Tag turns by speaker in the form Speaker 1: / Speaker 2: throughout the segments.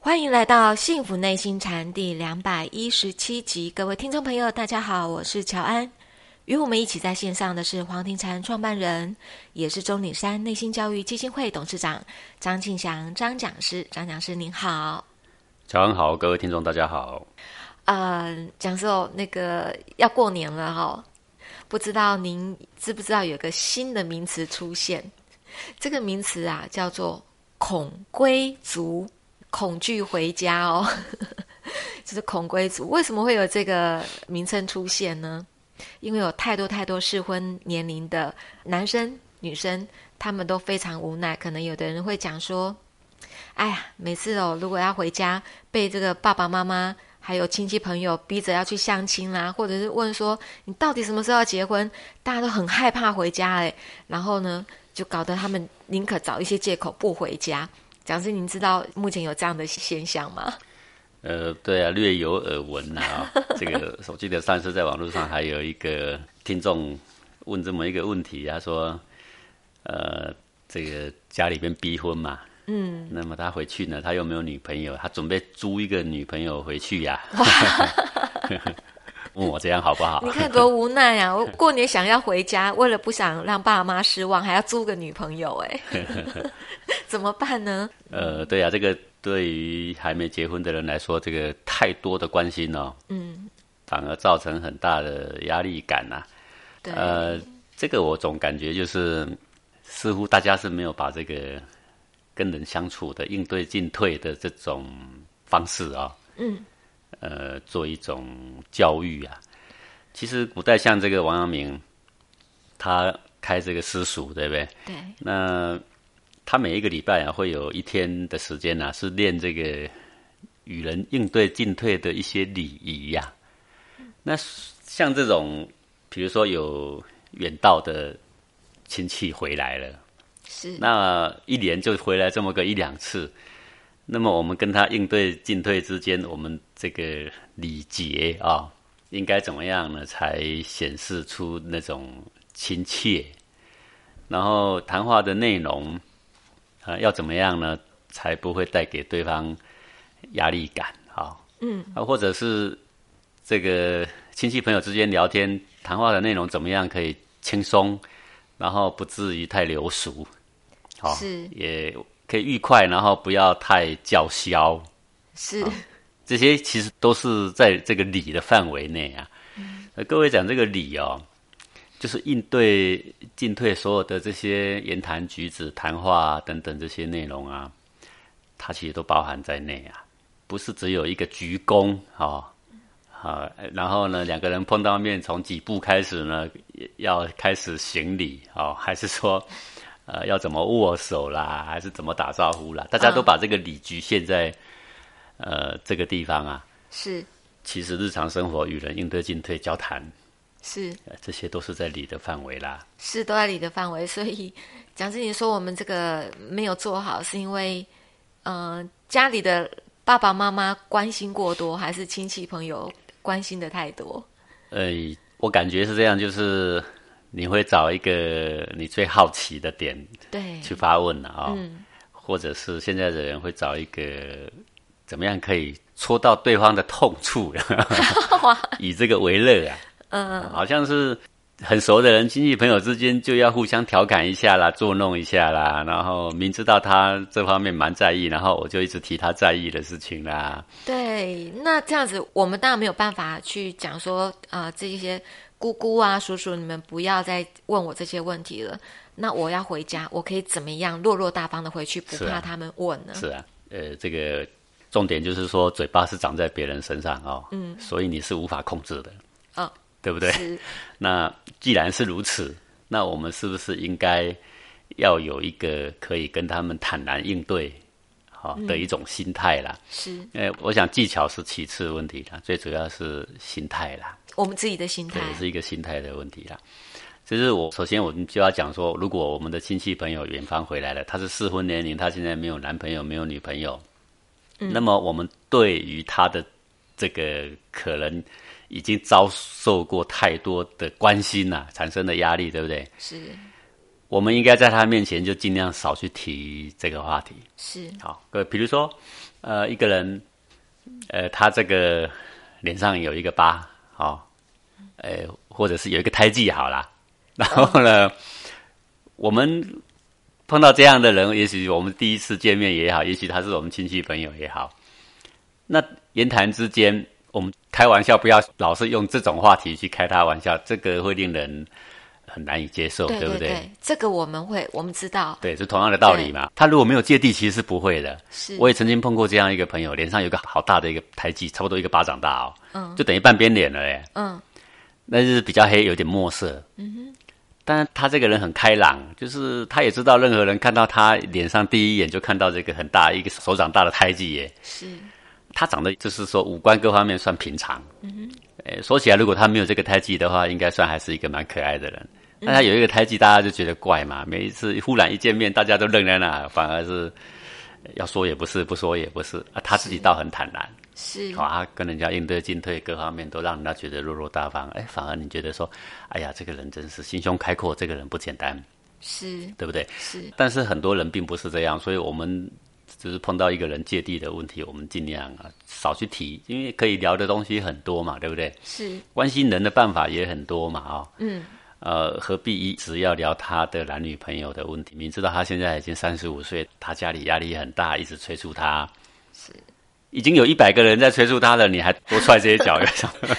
Speaker 1: 欢迎来到幸福内心禅第两百一十七集，各位听众朋友，大家好，我是乔安。与我们一起在线上的是黄庭禅创办人，也是钟岭山内心教育基金会董事长张庆祥张讲师。张讲师您好，
Speaker 2: 乔安好，各位听众大家好。
Speaker 1: 呃，讲师哦，那个要过年了哈、哦，不知道您知不知道有个新的名词出现？这个名词啊叫做“恐归族”，恐惧回家哦， 就是“恐归族”。为什么会有这个名称出现呢？因为有太多太多适婚年龄的男生女生，他们都非常无奈。可能有的人会讲说：“哎呀，每次哦，如果要回家，被这个爸爸妈妈还有亲戚朋友逼着要去相亲啦，或者是问说你到底什么时候要结婚，大家都很害怕回家哎。然后呢，就搞得他们宁可找一些借口不回家。讲师，您知道目前有这样的现象 吗？
Speaker 2: 呃，对啊，略有耳闻啊。 这个我记得上次在网络上还有一个听众问这么一个问题、啊，他说，呃，这个家里边逼婚嘛，
Speaker 1: 嗯，
Speaker 2: 那么他回去呢，他又没有女朋友，他准备租一个女朋友回去呀、 问我这样好不好
Speaker 1: 你？看多无奈呀、我过年想要回家，为了不想让爸妈失望，还要租个女朋友哎， 怎么办呢？
Speaker 2: 呃，对啊，这个对于还没结婚的人来说，这个太多的关心哦，
Speaker 1: 嗯，
Speaker 2: 反而造成很大的压力感啊呐、
Speaker 1: 对，
Speaker 2: 呃，这个我总感觉就是，似乎大家是没有把这个跟人相处的应对进退的这种方式啊、
Speaker 1: 嗯，
Speaker 2: 呃，做一种教育啊。其实古代像这个王阳明，他开这个私塾，对不对？
Speaker 1: 对，
Speaker 2: 那他每一个礼拜啊，会有一天的时间啊，是练这个与人应对进退的一些礼仪呀、那像这种，比如说有远道的亲戚回来了，
Speaker 1: 是，
Speaker 2: 那一年就回来这么个一两次，那么我们跟他应对进退之间，我们这个礼节啊，应该怎么样呢？才显示出那种亲切？然后谈话的内容啊、要怎么样呢？才不会带给对方压力感啊？
Speaker 1: 嗯，
Speaker 2: 啊，或者是这个亲戚朋友之间聊天谈话的内容怎么样可以轻松，然后不至于太流俗，好、
Speaker 1: 是
Speaker 2: 也可以愉快，然后不要太叫嚣，
Speaker 1: 是，
Speaker 2: 这些其实都是在这个礼的范围内啊。呃，各位讲这个礼哦，就是应对进退所有的这些言谈举止、谈话、啊、等等这些内容啊，它其实都包含在内啊，不是只有一个鞠躬哦。好，然后呢，两个人碰到面，从几步开始呢，要开始行礼哦，还是说，呃，要怎么握手啦，还是怎么打招呼啦？大家都把这个礼局限在呃这个地方啊，
Speaker 1: 是，
Speaker 2: 其实日常生活与人应对进退、交谈，
Speaker 1: 是，
Speaker 2: 呃这些都是在理的范围啦。
Speaker 1: 是都在你的范围，所以 讲师，你说我们这个没有做好，是因为，嗯、家里的爸爸妈妈关心过多，还是亲戚朋友关心的太多？
Speaker 2: 呃，我感觉是这样，就是你会找一个你最好奇的点
Speaker 1: 对，
Speaker 2: 去发问了啊、
Speaker 1: 嗯，
Speaker 2: 或者是现在的人会找一个怎么样可以戳到对方的痛 处， 以这个为乐啊。
Speaker 1: 嗯，
Speaker 2: 好像是很熟的人、亲戚朋友之间就要互相调侃一下啦，作弄一下啦，然后明知道他这方面蛮在意，然后我就一直提他在意的事情啦。
Speaker 1: 对，那这样子，我们当然没有办法去讲说，呃，这一些姑姑啊、叔叔，你们不要再问我这些问题了。那我要回家，我可以怎么样落落大方的回去，不
Speaker 2: 是啊
Speaker 1: 怕他们问呢？
Speaker 2: 是啊，呃，这个重点就是说，嘴巴是长在别人身上哦，嗯，所以你是无法控制的，
Speaker 1: 嗯，
Speaker 2: 对不对？
Speaker 1: 是
Speaker 2: 那既然是如此，那我们是不是应该要有一个可以跟他们坦然应对，好、的一种心态啦？
Speaker 1: 是，
Speaker 2: 呃，我想技巧是其次的问题啦，最主要是心态啦，
Speaker 1: 我们自己的心态
Speaker 2: 对，是一个心态的问题啦。就是我首先我们就要讲说，如果我们的亲戚朋友远方回来了，他是适婚年龄，他现在没有男朋友，没有女朋友，那么我们对于他的这个可能已经遭受过太多的关心啦、产生的压力，对不对？
Speaker 1: 是
Speaker 2: 我们应该在他面前就尽量少去提这个话题。
Speaker 1: 是
Speaker 2: 好，各位，比如说，呃，一个人，呃，他这个脸上有一个疤，好、呃，或者是有一个胎记，好啦， 然后呢，我们碰到这样的人，也许我们第一次见面也好，也许他是我们亲戚朋友也好，那言谈之间，我们开玩笑，不要老是用这种话题去开他玩笑，这个会令人很难以接受，
Speaker 1: 对
Speaker 2: 不
Speaker 1: 对，这个我们会，我们知道
Speaker 2: 对，是同样的道理嘛。他如果没有芥蒂，其实是不会的。
Speaker 1: 是
Speaker 2: 我也曾经碰过这样一个朋友，脸上有个好大的一个胎记，差不多一个巴掌大哦，嗯，就等于半边脸了哎，
Speaker 1: 嗯，
Speaker 2: 那就是比较黑，有点墨色，嗯哼。但是他这个人很开朗，就是他也知道任何人看到他脸上第一眼就看到这个很大一个手掌大的胎记耶。
Speaker 1: 是
Speaker 2: 他长得就是说五官各方面算平常，嗯哼。诶，说起来，如果他没有这个胎记的话，应该算还是一个蛮可爱的人。但他有一个胎记，大家就觉得怪嘛。每一次忽然一见面，大家都愣在那，反而是呃要说也不是，不说也不是。啊，他自己倒很坦然，
Speaker 1: 是
Speaker 2: 好、啊，他跟人家应对进退各方面都让人家觉得落落大方。哎，反而你觉得说，哎呀，这个人真是心胸开阔，这个人不简单，
Speaker 1: 是
Speaker 2: 对不对？
Speaker 1: 是
Speaker 2: 但是很多人并不是这样，所以我们就是碰到一个人芥蒂的问题，我们尽量啊少去提，因为可以聊的东西很多嘛，对不对？
Speaker 1: 是
Speaker 2: 关心人的办法也很多嘛，哦，嗯，呃，何必一直要聊他的男女朋友的问题？明知道他现在已经三十五岁，他家里压力很大，一直催促他，是。已经有一百个人在催促他了，你还多踹这些 脚，有什么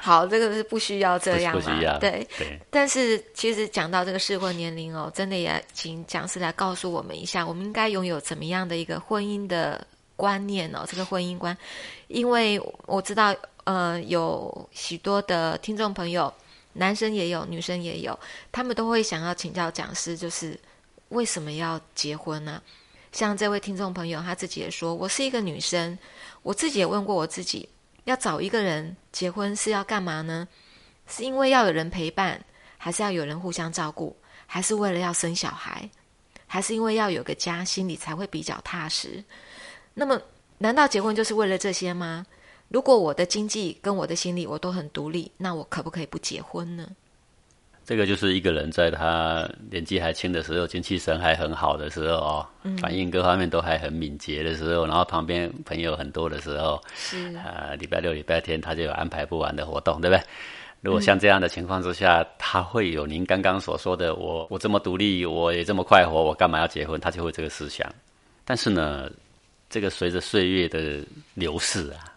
Speaker 1: 好，这个是不需要这样
Speaker 2: 不
Speaker 1: 嘛？
Speaker 2: 需要？
Speaker 1: 对。
Speaker 2: 对，
Speaker 1: 但是其实讲到这个适婚年龄哦，真的也请讲师来告诉我们一下，我们应该拥有怎么样的一个婚姻的观念哦，这个婚姻观，因为我知道呃有许多的听众朋友，男生也有，女生也有，他们都会想要请教讲师，就是为什么要结婚呢、像这位听众朋友他自己也说，我是一个女生，我自己也问过我自己，要找一个人结婚是要干嘛呢？是因为要有人陪伴，还是要有人互相照顾，还是为了要生小孩，还是因为要有个家，心里才会比较踏实？那么，难道结婚就是为了这些吗？如果我的经济跟我的心理我都很独立，那我可不可以不结婚呢？
Speaker 2: 这个就是一个人在他年纪还轻的时候，精气神还很好的时候哦，反应各方面都还很敏捷的时候，然后旁边朋友很多的时候，
Speaker 1: 是
Speaker 2: 呃，礼拜六、礼拜天他就有安排不完的活动，对不对？如果像这样的情况之下，他会有您刚刚所说的，我我这么独立，我也这么快活，我干嘛要结婚？他就会这个思想。但是呢，这个随着岁月的流逝啊，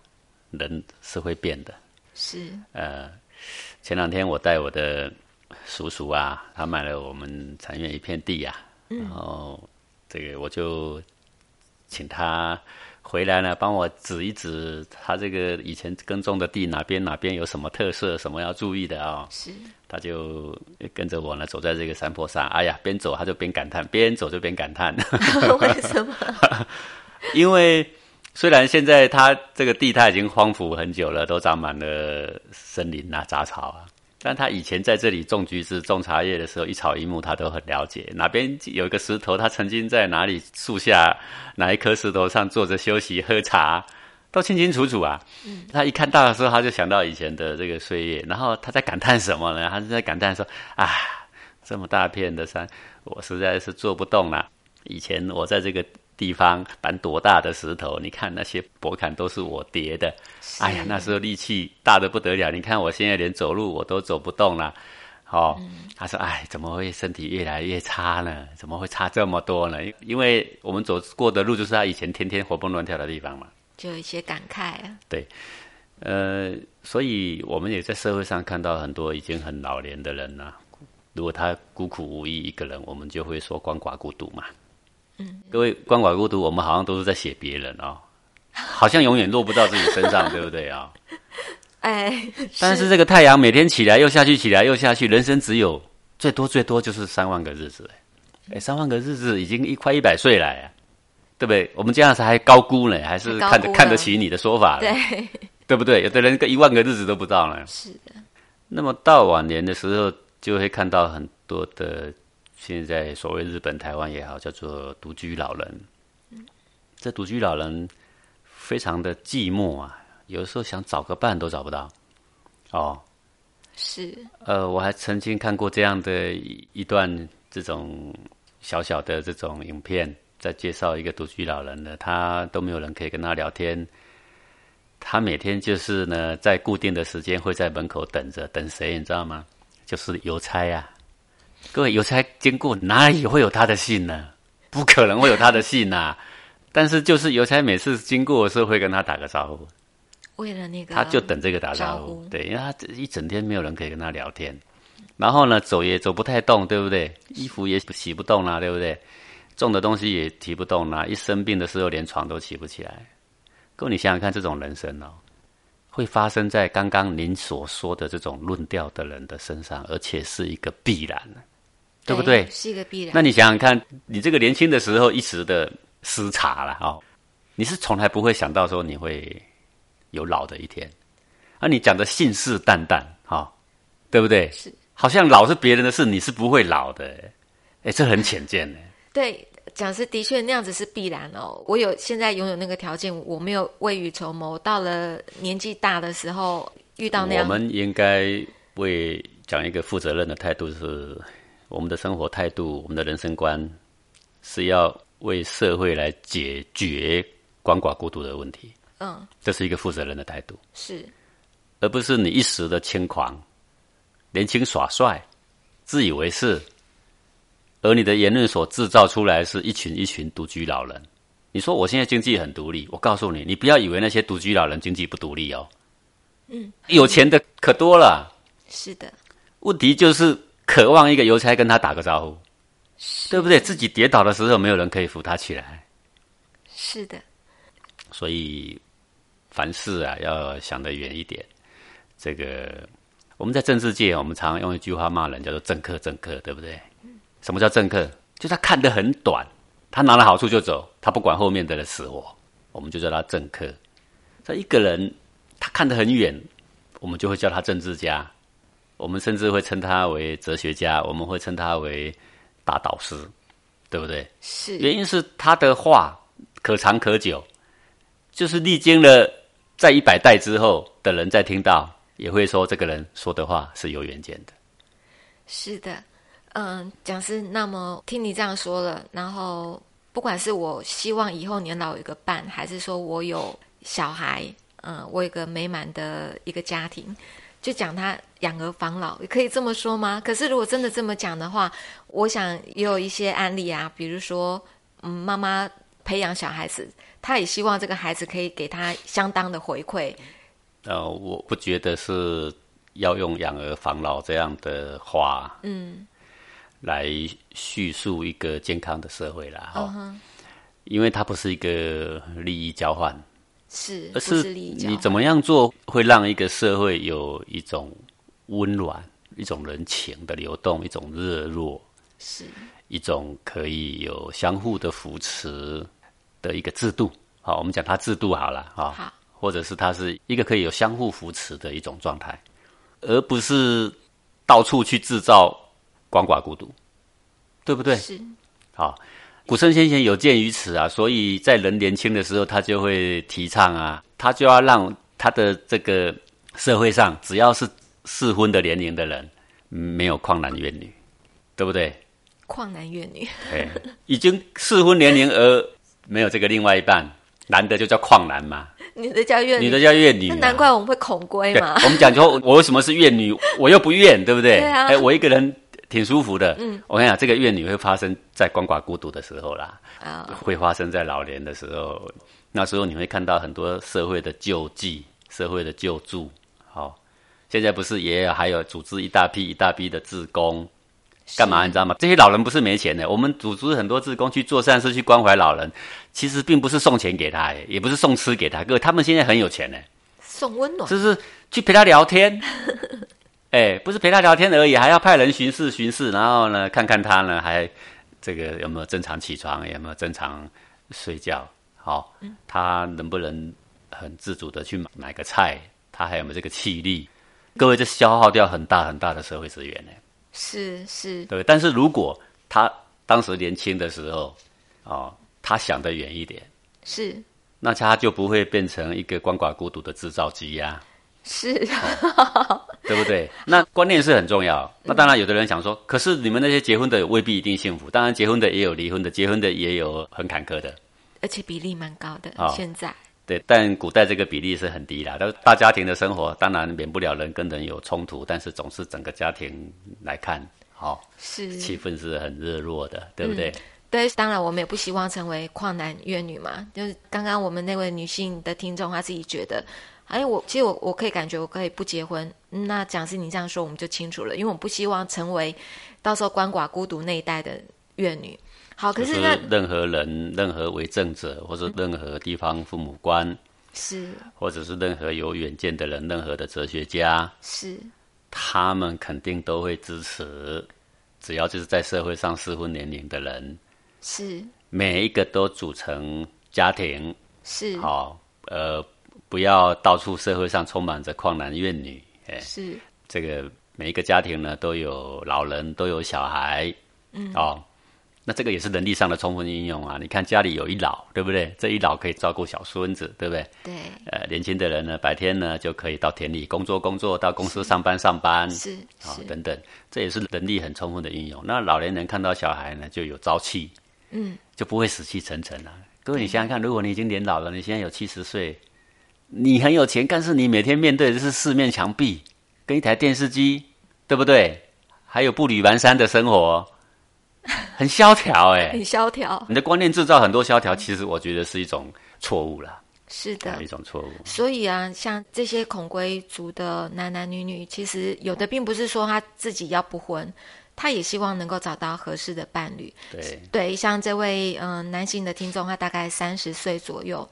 Speaker 2: 人是会变的。
Speaker 1: 是
Speaker 2: 呃，前两天我带我的叔叔啊，他买了我们禅院一片地啊，然后这个我就请他回来呢，帮我指一指他这个以前耕种的地哪边哪边有什么特色，什么要注意的啊、
Speaker 1: 是
Speaker 2: 他就跟着我呢，走在这个山坡上，哎呀，边走他就边感叹，边走就边感叹。
Speaker 1: 为什么？
Speaker 2: 因为虽然现在它这个地它已经荒芜很久了，都长满了森林啊、杂草啊，但他以前在这里种橘子、种茶叶的时候，一草一木他都很了解。哪边有一个石头，他曾经在哪里树下哪一棵石头上坐着休息喝茶。都清清楚楚啊，他一看到的时候，他就想到以前的这个岁月，然后他在感叹什么呢？他是在感叹说：“啊，这么大片的山，我实在是做不动了。以前我在这个地方搬多大的石头，你看那些薄坎都是我叠的。 哎呀，那时候力气大的不得了。你看我现在连走路我都走不动了。哦，他说：“哎，怎么会身体越来越差呢？怎么会差这么多呢？因因为我们走过的路就是他以前天天活蹦乱跳的地方嘛。
Speaker 1: 就有一些感慨啊，
Speaker 2: 呃，所以我们也在社会上看到很多已经很老年的人呐、啊如果他孤苦无依一个人，我们就会说鳏寡孤独嘛。嗯，各位，鳏寡孤独，我们好像都是在写别人哦，好像永远落不到自己身上，对不对啊、
Speaker 1: 哎，
Speaker 2: 但是这个太阳每天起来又下去，起来又下去，人生只有最多最多就是三万个日子，哎哎，三万个日子已经一快一百岁了、哎对不对？我们这样子还高估呢，还
Speaker 1: 还
Speaker 2: 是
Speaker 1: 高
Speaker 2: 看得
Speaker 1: 估
Speaker 2: 看
Speaker 1: 了
Speaker 2: 得起你的说法了，
Speaker 1: 对，
Speaker 2: 对不对？有的人个一万个日子都不到呢。
Speaker 1: 是的，
Speaker 2: 那么到晚年的时候，就会看到很多的现在所谓日本、台湾也好，叫做独居老人。
Speaker 1: 嗯
Speaker 2: 这独居老人非常的寂寞啊，有的时候想找个伴都找不到。哦，
Speaker 1: 是
Speaker 2: 呃，我还曾经看过这样的一一段这种小小的这种影片，在介绍一个独居老人呢，他都没有人可以跟他聊天。他每天就是呢，在固定的时间会在门口等着，等谁你知道吗？就是邮差呀、各位邮差经过，哪里会有他的信呢？不可能会有他的信呐、啊但是就是邮差每次经过的时候会跟他打个招呼，
Speaker 1: 为了那个，
Speaker 2: 他就等这个打
Speaker 1: 招
Speaker 2: 招
Speaker 1: 呼
Speaker 2: 呼。对，因为他这一整天没有人可以跟他聊天，然后呢，走也走不太动，对不对？衣服也洗不动啦、啊对不对？重的东西也提不动啊啦、一生病的时候连床都起不起来。各位，你想想看，这种人生哦，会发生在刚刚您所说的这种论调的人的身上，而且是一个必然，对不对？
Speaker 1: 哎是一个必然。
Speaker 2: 那你想想看，你这个年轻的时候一时的失察了哦，你是从来不会想到说你会有老的一天，而你讲的信誓旦旦，哈、哦，对不对？
Speaker 1: 是，
Speaker 2: 好像老是别人的事，你是不会老的，哎，这很浅见呢。
Speaker 1: 对，讲是的确那样子是必然哦。我有现在拥有那个条件，我没有未雨绸缪。到了年纪大的时候，遇到那
Speaker 2: 我
Speaker 1: 样，
Speaker 2: 们应该为讲一个负责任的态度是，我们的生活态度，我们的人生观是要为社会来解决鳏寡孤独的问题，
Speaker 1: 嗯，
Speaker 2: 这是一个负责任的态度。
Speaker 1: 是
Speaker 2: 而不是你一时的轻狂、年轻耍帅、自以为是，而你的言论所制造出来是一群一群独居老人。你说我现在经济很独立，我告诉你，你不要以为那些独居老人经济不独立哦。嗯，有钱的可多了，
Speaker 1: 是的，
Speaker 2: 问题就是渴望一个邮差跟他打个招呼，对不对？自己跌倒的时候，没有人可以扶他起来。
Speaker 1: 是的，
Speaker 2: 所以凡事啊要想得远一点。这个我们在政治界，我们常用一句话骂人，叫做“政客”，政客，对不对？什么叫政客？就他看得很短，他拿了好处就走，他不管后面的人死活，我们就叫他政客。这一个人他看得很远，我们就会叫他政治家，我们甚至会称他为哲学家，我们会称他为大导师，对不对？
Speaker 1: 是
Speaker 2: 原因是他的话可长可久，就是历经了在一百代之后的人再听到，也会说这个人说的话是有远见的。
Speaker 1: 是的，嗯，讲是那么听你这样说了，然后不管是我希望以后年老有一个伴，还是说我有小孩，嗯，我有一个美满的一个家庭，就讲他养儿防老，可以这么说吗？可是如果真的这么讲的话，我想也有一些案例啊，比如说，嗯，妈妈培养小孩子，她也希望这个孩子可以给他相当的回馈，
Speaker 2: 呃，我不觉得是要用养儿防老这样的话，嗯，来叙述一个健康的社会啦，
Speaker 1: 嗯哦
Speaker 2: 哈、因为它不是一个利益交换，
Speaker 1: 是
Speaker 2: 而
Speaker 1: 不
Speaker 2: 是
Speaker 1: 是利益交
Speaker 2: 你
Speaker 1: 换
Speaker 2: 怎么样做会让一个社会有一种温暖、一种人情的流动、一种热络，
Speaker 1: 是
Speaker 2: 一种可以有相互的扶持的一个制度。好，我们讲它制度好了啊，
Speaker 1: 好
Speaker 2: 或者是它是一个可以有相互扶持的一种状态，而不是到处去制造鳏寡孤独，对不对？
Speaker 1: 是
Speaker 2: 好，古圣先贤有鉴于此啊，所以在人年轻的时候，他就会提倡啊，他就要让他的这个社会上只要是适婚的年龄的人，嗯没有旷男怨女，对不对？
Speaker 1: 旷男怨女，
Speaker 2: 哎，已经适婚年龄而没有这个另外一半，男的就叫旷男嘛，
Speaker 1: 女的叫怨
Speaker 2: 女的叫怨
Speaker 1: 嗯
Speaker 2: 女、
Speaker 1: 那
Speaker 2: 啊。
Speaker 1: 难怪我们会恐归
Speaker 2: 对，
Speaker 1: 嘛。
Speaker 2: 我们讲说，我为什么是怨女？我又不怨，对不对？
Speaker 1: 对啊
Speaker 2: 哎，我一个人挺舒服的。嗯，我跟你讲，这个怨女会发生在鳏寡孤独的时候啦，
Speaker 1: 啊
Speaker 2: 会发生在老年的时候。那时候你会看到很多社会的救济、社会的救助。好、现在不是也有还有组织一大批一大批的志工，干嘛你知道吗？这些老人不是没钱的，我们组织很多志工去做善事，去关怀老人，其实并不是送钱给他，哎也不是送吃给他，各位他们现在很有钱呢。
Speaker 1: 送温暖，
Speaker 2: 就是去陪他聊天。哎，不是陪他聊天而已，还要派人巡视巡视，然后呢，看看他呢，还这个有没有正常起床，有没有正常睡觉，好、他能不能很自主的去买买个菜，他还有没有这个气力？各位，这消耗掉很大很大的社会资源呢。
Speaker 1: 是是
Speaker 2: 对不对？但是如果他当时年轻的时候，哦，他想得远一点，
Speaker 1: 是
Speaker 2: 那啊他就不会变成一个鳏寡孤独的制造机呀、
Speaker 1: 是，
Speaker 2: 对不对？那观念是很重要。那当然，有的人想说，可是你们那些结婚的未必一定幸福。当然，结婚的也有离婚的，结婚的也有很坎坷的。
Speaker 1: 而且比例蛮高的。
Speaker 2: 哦
Speaker 1: 现在
Speaker 2: 对，但古代这个比例是很低啦。但是大家庭的生活，当然免不了人跟人有冲突，但是总是整个家庭来看，好、
Speaker 1: 是
Speaker 2: 气氛是很热络的，对不对？
Speaker 1: 嗯对，当然我们也不希望成为旷男怨女嘛。就是刚刚我们那位女性的听众，她自己觉得，哎，我其实我我可以感觉我可以不结婚。嗯那蒋师你这样说，我们就清楚了，因为我不希望成为到时候鳏寡孤独那一代的怨女。好，可
Speaker 2: 就是是
Speaker 1: 那
Speaker 2: 任何人、任何为政者，或者任何地方父母官，
Speaker 1: 是
Speaker 2: 或者是任何有远见的人、任何的哲学家，
Speaker 1: 是
Speaker 2: 他们肯定都会支持，只要就是在社会上适婚年龄的人，
Speaker 1: 是
Speaker 2: 每一个都组成家庭，
Speaker 1: 是
Speaker 2: 好、呃，不要到处社会上充满着旷男怨女，哎，
Speaker 1: 是
Speaker 2: 这个每一个家庭呢都有老人，都有小孩，嗯，哦，那这个也是能力上的充分应用啊。你看家里有一老，对不对？这一老可以照顾小孙子，对不对？
Speaker 1: 对
Speaker 2: 呃，年轻的人呢，白天呢就可以到田里工作工作，到公司上班上班，
Speaker 1: 是
Speaker 2: 啊、
Speaker 1: 是
Speaker 2: 等等，这也是能力很充分的运用。那老年人看到小孩呢，就有朝气，嗯，就不会死气沉沉了、各位，你想想看，如果你已经年老了，你现在有七十岁，你很有钱，但是你每天面对的是四面墙壁跟一台电视机，对不对？还有步履蹒跚的生活，很萧条 哎、
Speaker 1: 很萧条，
Speaker 2: 你的观念制造很多萧条，其实我觉得是一种错误啦，
Speaker 1: 是的
Speaker 2: 啊，一。种错误。
Speaker 1: 所以啊，像这些恐归族的男男女女，其实有的并不是说他自己要不婚，他也希望能够找到合适的伴侣。
Speaker 2: 对，
Speaker 1: 对，像这位嗯、呃男性的听众，他大概三十岁左右，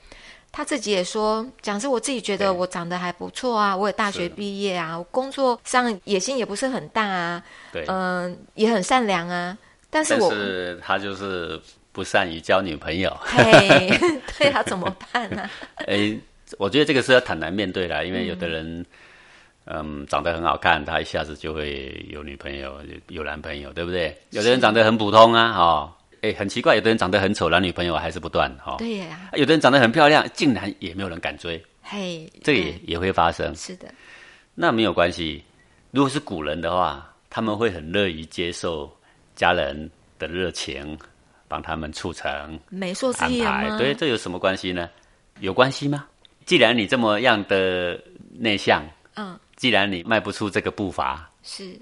Speaker 1: 他自己也说，讲是我自己觉得
Speaker 2: 对
Speaker 1: 我长得还不错啊，我也大学
Speaker 2: 是
Speaker 1: 毕业啊，我工作上野心也不是很大啊，
Speaker 2: 对。
Speaker 1: 嗯、也很善良啊，但是
Speaker 2: 但
Speaker 1: 我
Speaker 2: 是他就是不善于交女朋友。
Speaker 1: 嘿， 对啊，怎么办 呢、
Speaker 2: 诶、哎我觉得这个是要坦然面对啦，因为有的人，嗯长得很好看，他一下子就会有女朋友、有男朋友，对不对？有的人长得很普通啊，哦，诶、很奇怪，有的人长得很丑，男女朋友还是不断，哦。
Speaker 1: 对呀、
Speaker 2: 有的人长得很漂亮，竟然也没有人敢追，
Speaker 1: 嘿，
Speaker 2: 这个也、
Speaker 1: 对
Speaker 2: 也会发生。
Speaker 1: 是的，
Speaker 2: 那没有关系，如果是古人的话，他们会很乐于接受家人的热情，帮他们促成，
Speaker 1: 媒妁之
Speaker 2: 安
Speaker 1: 言
Speaker 2: 排，
Speaker 1: 吗？
Speaker 2: 对，这有什么关系呢？有关系吗？既然你这么样的内向，
Speaker 1: 嗯，
Speaker 2: 既然你迈不出这个步伐，
Speaker 1: 是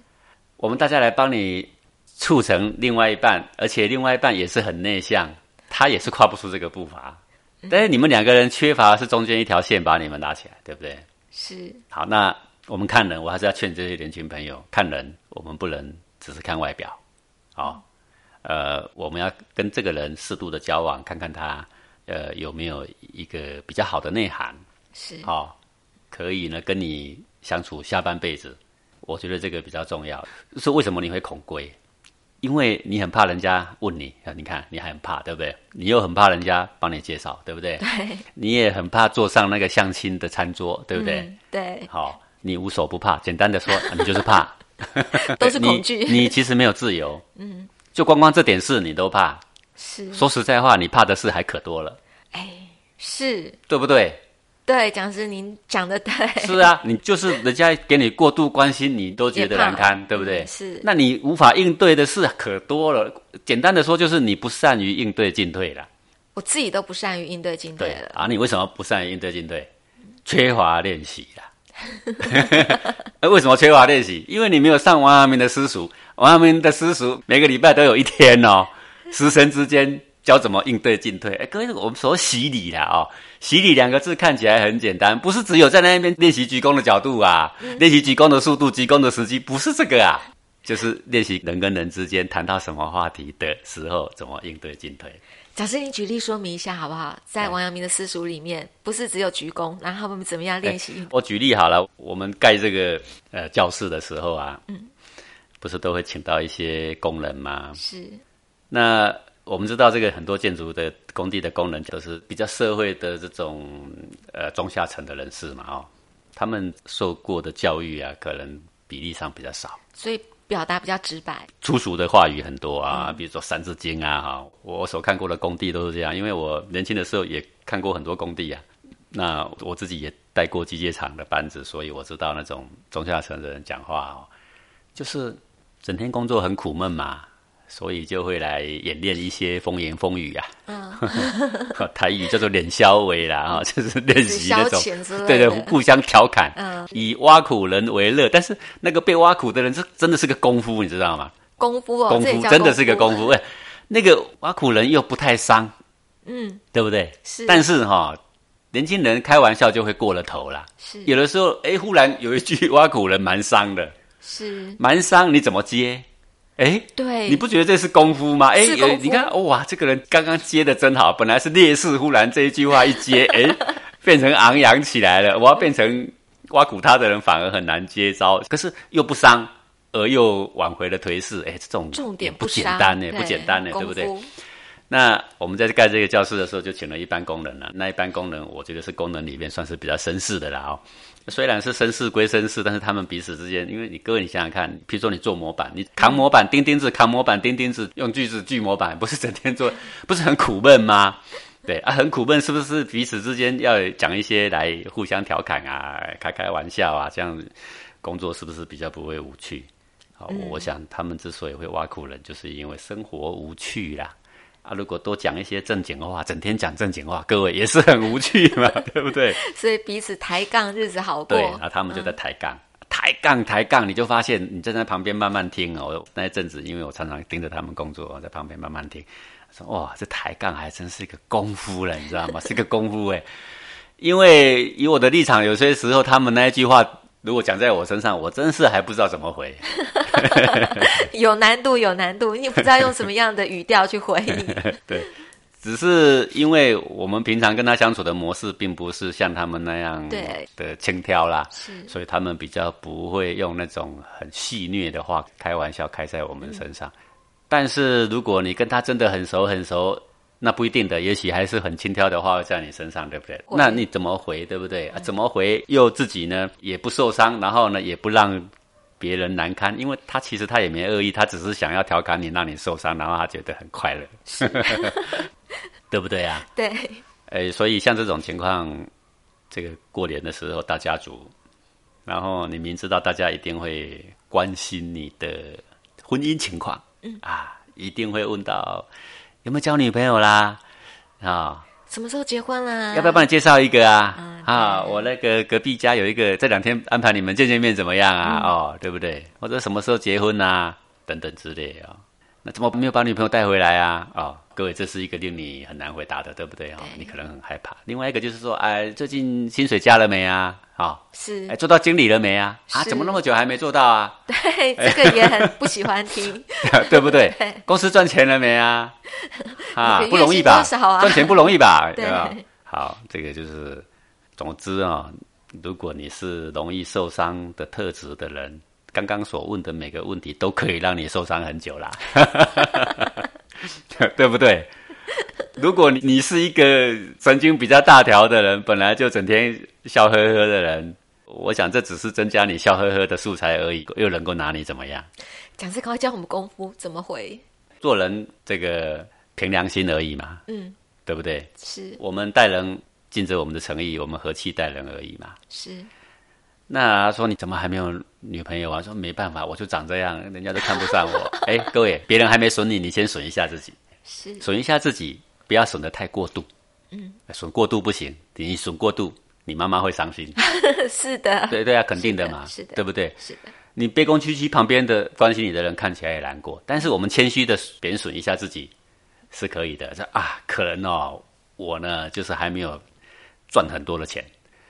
Speaker 2: 我们大家来帮你促成另外一半，而且另外一半也是很内向，他也是跨不出这个步伐。但是你们两个人缺乏是中间一条线把你们拉起来，对不对？
Speaker 1: 是
Speaker 2: 好，那我们看人，我还是要劝这些年轻朋友，看人，我们不能只是看外表，好、呃，我们要跟这个人适度的交往，看看他，呃，有没有一个比较好的内涵，
Speaker 1: 是
Speaker 2: 好、可以呢跟你相处下半辈子，我觉得这个比较重要。是为什么你会恐归？因为你很怕人家问你，啊你看你还很怕，对不对？你又很怕人家帮你介绍，对不对？
Speaker 1: 对
Speaker 2: 你也很怕坐上那个相亲的餐桌，对不对？
Speaker 1: 嗯对，
Speaker 2: 好，你无所不怕。简单 的说，你就是怕，
Speaker 1: 都是恐惧，
Speaker 2: 你。你其实没有自由，嗯，就光光这点事你都怕。
Speaker 1: 是
Speaker 2: 说实在话，你怕的事还可多了，
Speaker 1: 哎是
Speaker 2: 对不 对？
Speaker 1: 对，讲师您讲的对，
Speaker 2: 是啊，你就是人家给你过度关心，你都觉得
Speaker 1: 也怕
Speaker 2: 难 堪，对不对？
Speaker 1: 嗯是
Speaker 2: 那你无法应对的事可多了。简单的说，就是你不善于应对进退了。
Speaker 1: 我自己都不善于应对进退了，
Speaker 2: 啊，你为什么不善于应对进退？缺乏练习啦。 呃为什么缺乏练习？因为你没有上王阳明的私塾，王阳明的私塾每个礼拜都有一天哦，师生之间教怎么应对进退。哎，各位，我们说洗礼啦哦，洗礼两个字看起来很简单，不是只有在那边练习鞠躬的角度啊，练习鞠躬的速度、鞠躬的时机，不是这个啊，就是练习人跟人之间谈到什么话题的时候怎么应对进退。
Speaker 1: 讲师您举例说明一下好不好？在
Speaker 2: 对
Speaker 1: 王阳明的私塾里面，不是只有鞠躬，然后他们怎么样练习
Speaker 2: 哎？我举例好了，我们盖这个呃教室的时候啊，
Speaker 1: 嗯
Speaker 2: 不是都会请到一些工人吗？
Speaker 1: 是
Speaker 2: 那我们知道，这个很多建筑的工地的工人都是比较社会的这种呃中下层的人士嘛，哦，他们受过的教育啊，可能比例上比较少。
Speaker 1: 所以表达比较直白，
Speaker 2: 粗俗的话语很多啊，
Speaker 1: 嗯
Speaker 2: 比如说《三字经》啊，哈，我所看过的工地都是这样，因为我年轻的时候也看过很多工地啊。那我自己也带过机械厂的班子，所以我知道那种中下层的人讲话哦，就是整天工作很苦闷嘛，所以就会来演练一些风言风语啊。嗯， 台语叫做“脸消微”啦，啊，就是练习那种
Speaker 1: 就消遣之类的嗯
Speaker 2: 对对，互相调侃，以挖苦人为乐。但是那个被挖苦的人是真的是个功夫，你知道吗？
Speaker 1: 功夫哦，
Speaker 2: 功
Speaker 1: 这也
Speaker 2: 夫
Speaker 1: 叫
Speaker 2: 真的是个
Speaker 1: 功
Speaker 2: 功夫。哎，那个挖苦人又不太伤，嗯，对不对？
Speaker 1: 是
Speaker 2: 但是哈、年轻人开玩笑就会过了头啦。
Speaker 1: 是
Speaker 2: 有的时候，哎，忽然有一句 挖苦人蛮伤的，
Speaker 1: 是，
Speaker 2: 蛮伤，你怎么接？哎，
Speaker 1: 对，
Speaker 2: 你不觉得这是功夫吗？哎，
Speaker 1: 是
Speaker 2: 有
Speaker 1: 功夫
Speaker 2: 你看，哇，这个人刚刚接的真好，本来是劣势，忽然这一句话一接， 哎，变成昂扬起来了。我要变成挖苦他的人，反而很难接招，可是又不伤。而又挽回了颓势，哎，这种
Speaker 1: 重
Speaker 2: 也
Speaker 1: 点
Speaker 2: 不简
Speaker 1: 伤
Speaker 2: 单呢，
Speaker 1: 对
Speaker 2: 不简单呢，
Speaker 1: 功
Speaker 2: 对不对？
Speaker 1: 夫
Speaker 2: 那我们在盖这个教室的时候，就请了一班工人了、那一班工人，我觉得是工人里面算是比较绅士的啦哦。虽然是绅士归绅士，但是他们彼此之间，因为你各位你想想看，比如说你做模板，你扛模板钉钉子，扛模板钉钉子，用锯子锯模板，不是整天做， 不是很苦闷吗？对啊，很苦闷，是不是？彼此之间要讲一些来互相调侃啊，开开玩笑啊，这样工作是不是比较不会无趣？好，我我想他们之所以会挖苦人，就是因为生活无趣啦。啊，如果多讲一些正经话，整天讲正经话，各位也是很无趣嘛，对不对？
Speaker 1: 所以彼此抬杠，日子好过
Speaker 2: 对，。啊然后他们就在抬杠，抬杠，抬杠，你就发现你站在旁边慢慢听哦。我那一阵子，因为我常常盯着他们工作，我在旁边慢慢听，说哇，这抬杠还真是一个功夫了，你知道吗？是个功夫哎。因为以我的立场，有些时候他们那一句话，如果讲在我身上，我真是还不知道怎么回。
Speaker 1: 有难度，有难度，你不知道用什么样的语调去回 应。
Speaker 2: 对，只是因为我们平常跟他相处的模式，并不是像他们那样
Speaker 1: 对
Speaker 2: 的轻佻啦，
Speaker 1: 是
Speaker 2: 所以他们比较不会用那种很戏谑的话开玩笑开在我们身上。但是如果你跟他真的很熟很熟，那不一定的，也许还是很轻佻的话会在你身上，对不对？
Speaker 1: 会
Speaker 2: 那你怎么回，对不对？啊、怎么回又自己呢也不受伤，然后呢也不让别人难堪，因为他其实他也没恶意，他只是想要调侃你，让你受伤，然后他觉得很快乐， 对不对啊？
Speaker 1: 对，
Speaker 2: 诶，所以像这种情况，这个过年的时候大家族，然后你明知道大家一定会关心你的婚姻情况，嗯啊，一定会问到有没有交女朋友啦，啊，
Speaker 1: 什么时候结婚啦？
Speaker 2: 要不要帮你介绍一个啊？
Speaker 1: 嗯
Speaker 2: 啊，我那个隔壁家有一个，这两天安排你们见见面怎么样
Speaker 1: 嗯
Speaker 2: 啊？哦，对不对？或者什么时候结婚啊？等等之类啊、那怎么没有把女朋友带回来啊？哦，各位，这是一个令你很难回答的，对不对啊、哦？你可能很害怕。另外一个就是说，哎，最近薪水加了没啊？哦，
Speaker 1: 是
Speaker 2: 哎，，做到经理了没啊？啊，
Speaker 1: 是
Speaker 2: 怎么那么久还没做到啊？
Speaker 1: 对，这个也很不喜欢听。
Speaker 2: 对不对
Speaker 1: 对？
Speaker 2: 公司赚钱了没 啊？啊
Speaker 1: 每，个
Speaker 2: 不
Speaker 1: 月
Speaker 2: 容易
Speaker 1: 薪
Speaker 2: 吧？
Speaker 1: 多少啊
Speaker 2: 赚钱不容易 吧？
Speaker 1: 对
Speaker 2: 吧？好，这个就是，总之啊、如果你是容易受伤的特质的人，刚刚所问的每个问题都可以让你受伤很久啦， 对不对？如果你你是一个神经比较大条的人，本来就整天笑呵呵的人，我想这只是增加你笑呵呵的素材而已，又能够拿你怎么样？
Speaker 1: 讲师刚刚教我们功夫怎么回，
Speaker 2: 做人这个凭良心而已嘛，
Speaker 1: 嗯，
Speaker 2: 对不对？
Speaker 1: 是
Speaker 2: 我们待人尽着我们的诚意，我们和气待人而已嘛。
Speaker 1: 是，
Speaker 2: 那说你怎么还没有女朋友啊？说没办法，我就长这样，人家都看不上我。 哎，各位，别人还没损你，你先损一下自己，
Speaker 1: 是
Speaker 2: 损一下自己，不要损得太过度。嗯，损过度不行，你损过度，你妈妈会伤心。
Speaker 1: 是 的，
Speaker 2: 对对啊，肯定的嘛，
Speaker 1: 是的是的
Speaker 2: 对不对？
Speaker 1: 是的，
Speaker 2: 你卑躬屈膝，旁边的关心你的人看起来也难过，但是我们谦虚的贬损一下自己是可以的。说啊，可能哦，我呢就是还没有赚很多的钱，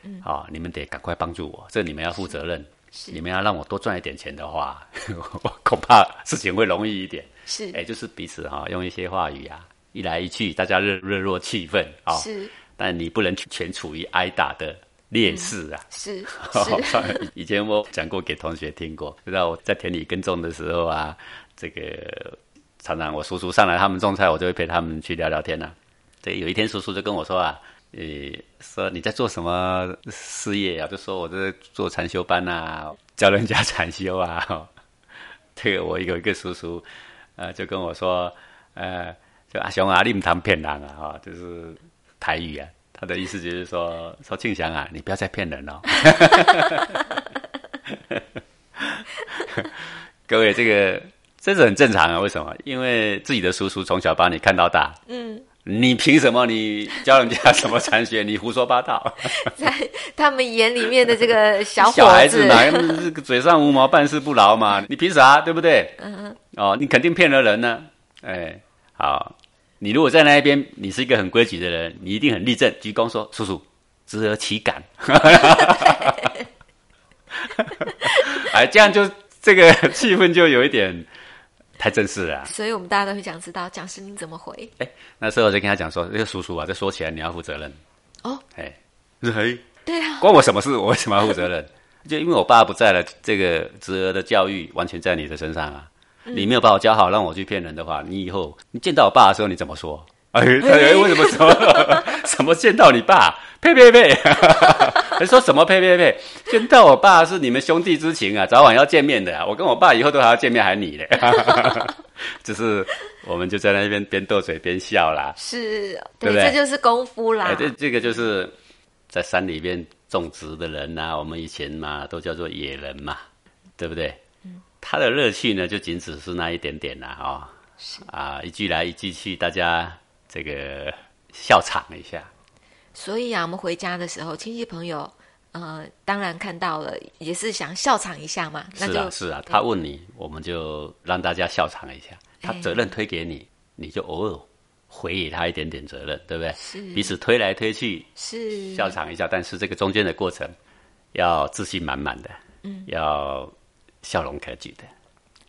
Speaker 2: 嗯，啊，你们得赶快帮助我，这你们要负责任。你们要让我多赚一点钱的话， 我恐怕事情会容易一点。
Speaker 1: 是
Speaker 2: 哎，就是彼此哈、用一些话语啊，一来一去，大家热热络气氛啊。
Speaker 1: 是
Speaker 2: 但你不能全处于挨打的劣势啊。
Speaker 1: 是是，
Speaker 2: 好以前我讲过给同学听过，知道我在田里耕种的时候啊，这个常常我叔叔上来他们种菜，我就会陪他们去聊聊天啊。对，有一天叔叔就跟我说啊，呃，说你在做什么事业啊？就说我在做禅修班啊，教人家禅修啊。 哦这个我有一个叔叔，呃，就哦跟我说，呃，就阿雄啊，你唔谈骗人啊，哈、就是台语啊，他的意思就是说，说庆祥啊，你不要再骗人了、各位，这个这是很正常啊。为什么？因为自己的叔叔从小把你看到大，嗯，你凭什么你教人家什么禅学？你胡说八道！
Speaker 1: 在他们眼里面的这个小
Speaker 2: 小
Speaker 1: 伙
Speaker 2: 孩子哪有这个嘴上无毛，办事不牢嘛？你凭啥？对不对？嗯哦，你肯定骗了人呢、哎，好，你如果在那一边，你是一个很规矩的人，你一定很立正，鞠躬说：“叔叔，值得其感。” 哎，这样就这个气氛就有一点太正式了啊、
Speaker 1: 所以我们大家都很想知道蒋诗敏怎么回。
Speaker 2: 哎，那时候我就跟他讲说：“这个叔叔啊，这说起来你要负责任。”
Speaker 1: 哦，
Speaker 2: 哎，他说：“嘿，
Speaker 1: 对啊，
Speaker 2: 关我什么事？我为什么要负责任？ 就因为我爸不在了，这个侄儿的教育完全在你的身上啊。你没有把我教好，让我去骗人的话，你以后你见到我爸的时候你怎么说？ 哎，他哎，为什么什么 什么见到你爸？呸呸呸！ 还说什么呸呸呸？见到我爸是你们兄弟之情啊，早晚要见面的、啊。我跟我爸以后都还要见面，还你嘞。 就是我们就在那边边斗嘴边笑啦。
Speaker 1: 是，
Speaker 2: 对不对
Speaker 1: 这就是功夫啦。
Speaker 2: 哎，这这个就是在山里边种植的人呐、我们以前嘛都叫做野人嘛，对不对？他的乐趣呢，就仅只是那一点点啦、啊，哦，啊，一句来一句去，大家这个笑场一下，
Speaker 1: 所以啊，我们回家的时候，亲戚朋友，呃，当然看到了，也是想笑场一下嘛。那
Speaker 2: 是
Speaker 1: 就
Speaker 2: 啊是啊，他问你，我们就让大家笑场一下，他
Speaker 1: 哎
Speaker 2: 责任推给你，你就偶尔回给他一点点责任，对不对？彼
Speaker 1: 是
Speaker 2: 此推来推去，
Speaker 1: 是
Speaker 2: 笑场一下，但是这个中间的过程要自信满满的，嗯，要笑容可掬的，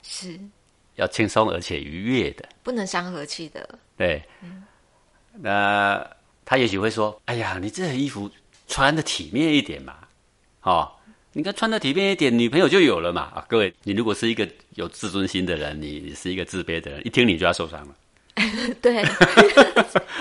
Speaker 1: 是，
Speaker 2: 要轻松而且愉悦的，
Speaker 1: 不能伤和气的。
Speaker 2: 对。那他也许会说：“哎呀，你这衣服穿的体面一点嘛，哦，你看穿的体面一点，女朋友就有了嘛。”啊，各位，你如果是一个有自尊心的人，你你是一个自卑的人，一听你就要受伤了，
Speaker 1: 对，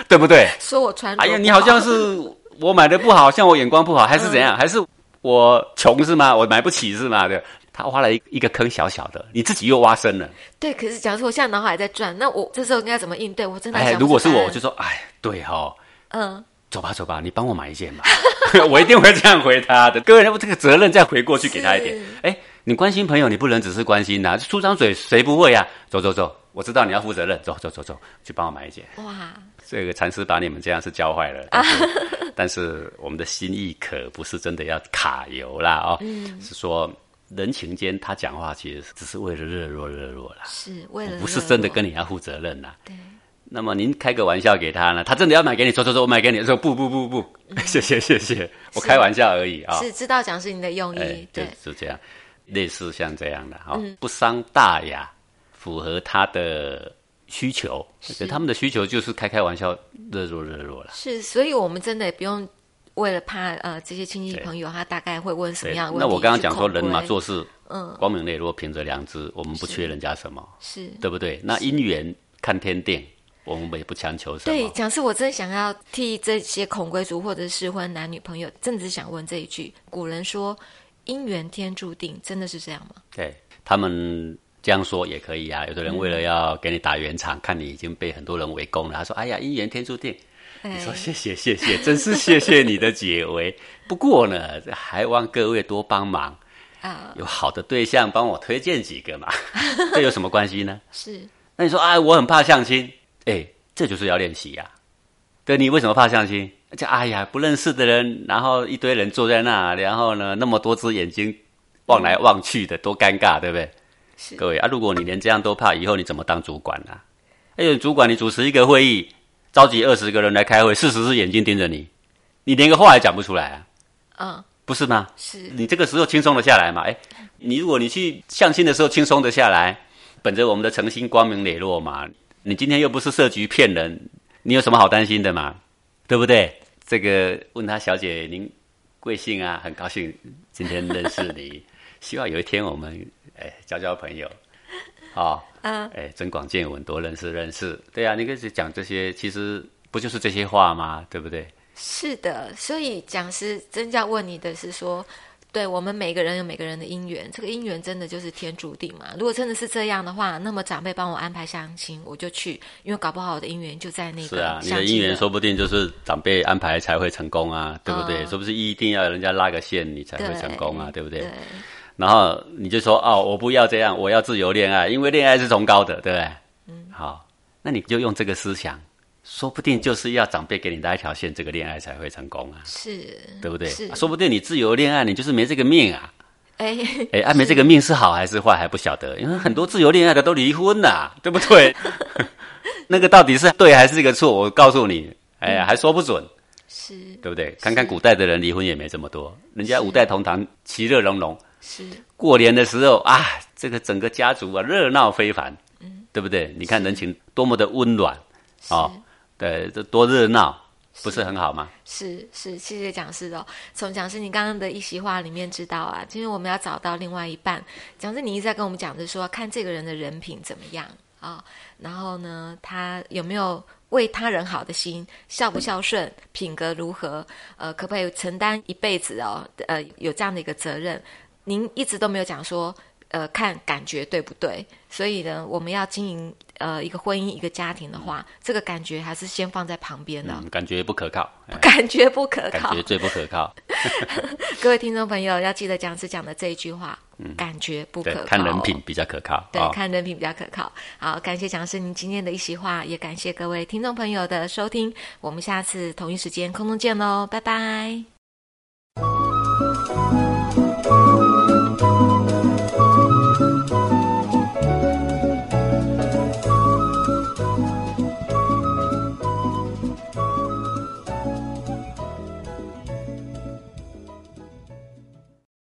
Speaker 2: 对不对？
Speaker 1: 说我穿着
Speaker 2: 哎呀，
Speaker 1: 不
Speaker 2: 你好像是我买的不好，像我眼光不好，还是怎样？还是我穷是吗？我买不起是吗？对，他挖了一一个坑小小的，你自己又挖深了。
Speaker 1: 对，可是假如说我现在脑海在转，那我这时候应该怎么应对？我真的
Speaker 2: 哎，
Speaker 1: 想不出
Speaker 2: 如果是
Speaker 1: 答
Speaker 2: 我，
Speaker 1: 案
Speaker 2: 我就说，哎，对哈、哦，
Speaker 1: 嗯，
Speaker 2: 走吧走吧，你帮我买一件吧， 我一定会这样回他的。各位，这个责任再回过去给他一点
Speaker 1: 是。
Speaker 2: 哎，你关心朋友，你不能只是关心呐、出张嘴谁不会呀、啊走走走，我知道你要负责任，走走走走，去帮我买一件。
Speaker 1: 哇，
Speaker 2: 这个禅师把你们这样是教坏 了，但是,、但是我们的心意可不是真的要卡油啦哦，
Speaker 1: 嗯
Speaker 2: 是说人情间他讲话其实只是为了热络热络啦，哦
Speaker 1: 是为了
Speaker 2: 不是
Speaker 1: 热
Speaker 2: 真的
Speaker 1: 络
Speaker 2: 跟你要负责任啦。
Speaker 1: 对
Speaker 2: 那么您开个玩笑给他呢，他真的要买给你，说说说我买给你，说不不不不，谢谢谢谢，我开玩笑而已
Speaker 1: 嗯
Speaker 2: 啊、哎
Speaker 1: 是知道蒋诗颖的用意，
Speaker 2: 就
Speaker 1: 对，嗯
Speaker 2: 是这样，类似像这样的哈、不伤大雅，符合他的需求，他们的需求就是开开玩笑，热络热络啦。
Speaker 1: 是，所以我们真的也不用为了怕呃这些亲戚朋友他大概会问什么
Speaker 2: 对，
Speaker 1: 样的问题
Speaker 2: 那我刚刚
Speaker 1: 去
Speaker 2: 讲说，
Speaker 1: 口
Speaker 2: 人嘛
Speaker 1: 碑
Speaker 2: 做事，
Speaker 1: 嗯
Speaker 2: 光明磊落，凭着良知，我们不缺人家什么，
Speaker 1: 是
Speaker 2: 对不对？那因缘看天定，我们也不强求什
Speaker 1: 对，
Speaker 2: 么。
Speaker 1: 讲是我真的想要替这些恐归族或者适婚男女朋友，真的是想问这一句：古人说姻缘天注定，真的是这样吗？
Speaker 2: 对，他们这样说也可以啊。有的人为了要给你打圆场，看你已经被很多人围攻了，他说：“哎呀，姻缘天注定。”你说
Speaker 1: 哎
Speaker 2: 谢谢谢谢，真是谢谢你的解 围。不过呢，还望各位多帮忙，
Speaker 1: 啊、
Speaker 2: 有好的对象帮我推荐几 个嘛，这有什么关系呢？
Speaker 1: 是
Speaker 2: 那你说啊，我很怕相亲，哎，这就是要练习呀、对，你为什么怕相亲？就哎呀，不认识的人，然后一堆人坐在那，然后呢，那么多只眼睛望来望去的，多尴尬，对不对？
Speaker 1: 是
Speaker 2: 各位啊，如果你连这样都怕，以后你怎么当主管啊？哎呦，主管，你主持一个会议，召集二十个人来开会，四十只眼睛盯着你，你连个话也讲不出来啊，
Speaker 1: 嗯
Speaker 2: 不是吗？
Speaker 1: 是
Speaker 2: 你这个时候轻松的下来嘛？哎，你如果你去相亲的时候轻松的下来，本着我们的诚心、光明磊落嘛，你今天又不是设局骗人，你有什么好担心的嘛？对不对？这个问他小姐，您贵姓啊？很高兴今天认识你，希望有一天我们哎交交朋友，好、
Speaker 1: 嗯
Speaker 2: 哎，增广见闻，多认识认识。对啊，你跟谁讲这些，其实不就是这些话吗？对不对？
Speaker 1: 是的，所以讲师真正要问你的是说，对我们每个人有每个人的姻缘，这个姻缘真的就是天注定嘛。如果真的是这样的话，那么长辈帮我安排相亲，我就去，因为搞不好我的姻缘就在那
Speaker 2: 是
Speaker 1: 个
Speaker 2: 啊，你的
Speaker 1: 相
Speaker 2: 姻
Speaker 1: 亲
Speaker 2: 缘说不定就是长辈安排才会成功啊，对不对？
Speaker 1: 嗯
Speaker 2: 说不是一定要人家拉个线你才会
Speaker 1: 对
Speaker 2: 成功啊，对不对？
Speaker 1: 对
Speaker 2: 然后你就说哦，我不要这样，我要自由恋爱，因为恋爱是崇高的，对不对？嗯，好，那你就用这个思想，说不定就是要长辈给你拉一条线，这个恋爱才会成功啊，
Speaker 1: 是，
Speaker 2: 对不对？
Speaker 1: 是
Speaker 2: 说不定你自由恋爱，你就是没这个命啊，
Speaker 1: 哎，
Speaker 2: 哎，啊，没这个命是好还是坏还不晓得，因为很多自由恋爱的都离婚啦、对不对？ 那个到底是对还是一个错？我告诉你，哎呀，还说不准。
Speaker 1: 是
Speaker 2: 对不对？看看古代的人离婚也没这么多，人家五代同堂，其乐融融。
Speaker 1: 是
Speaker 2: 过年的时候啊，这个整个家族啊热闹非凡，
Speaker 1: 嗯
Speaker 2: 对不对？你看人情多么的温暖啊、哦，对，这多热闹，不是很好吗？
Speaker 1: 是是，谢谢讲师哦。从讲师你刚刚的一席话里面知道啊，今天我们要找到另外一半。讲师你一直在跟我们讲，就是说看这个人的人品怎么样啊、然后呢，他有没有为他人好的心，孝不孝顺，品格如何，呃，可不可以承担一辈子哦，呃，有这样的一个责任。您一直都没有讲说，呃，看感觉对不对？所以呢，我们要经营呃一个婚姻一个家庭的话，这个感觉还是先放在旁边的。
Speaker 2: 嗯，感觉不可靠，哎
Speaker 1: 感觉不可
Speaker 2: 感
Speaker 1: 靠。
Speaker 2: 觉最不可靠。
Speaker 1: 各位听众朋友，要记得讲师讲的这一句话，感觉 不
Speaker 2: 嗯对
Speaker 1: 可靠。，
Speaker 2: 看人品。比较可靠。
Speaker 1: 对
Speaker 2: 哦，
Speaker 1: 看人品比较可靠。好，感谢讲师您今天的一席话，也感谢各位听众朋友的收听。我们下次同一时间空中见喽，拜拜。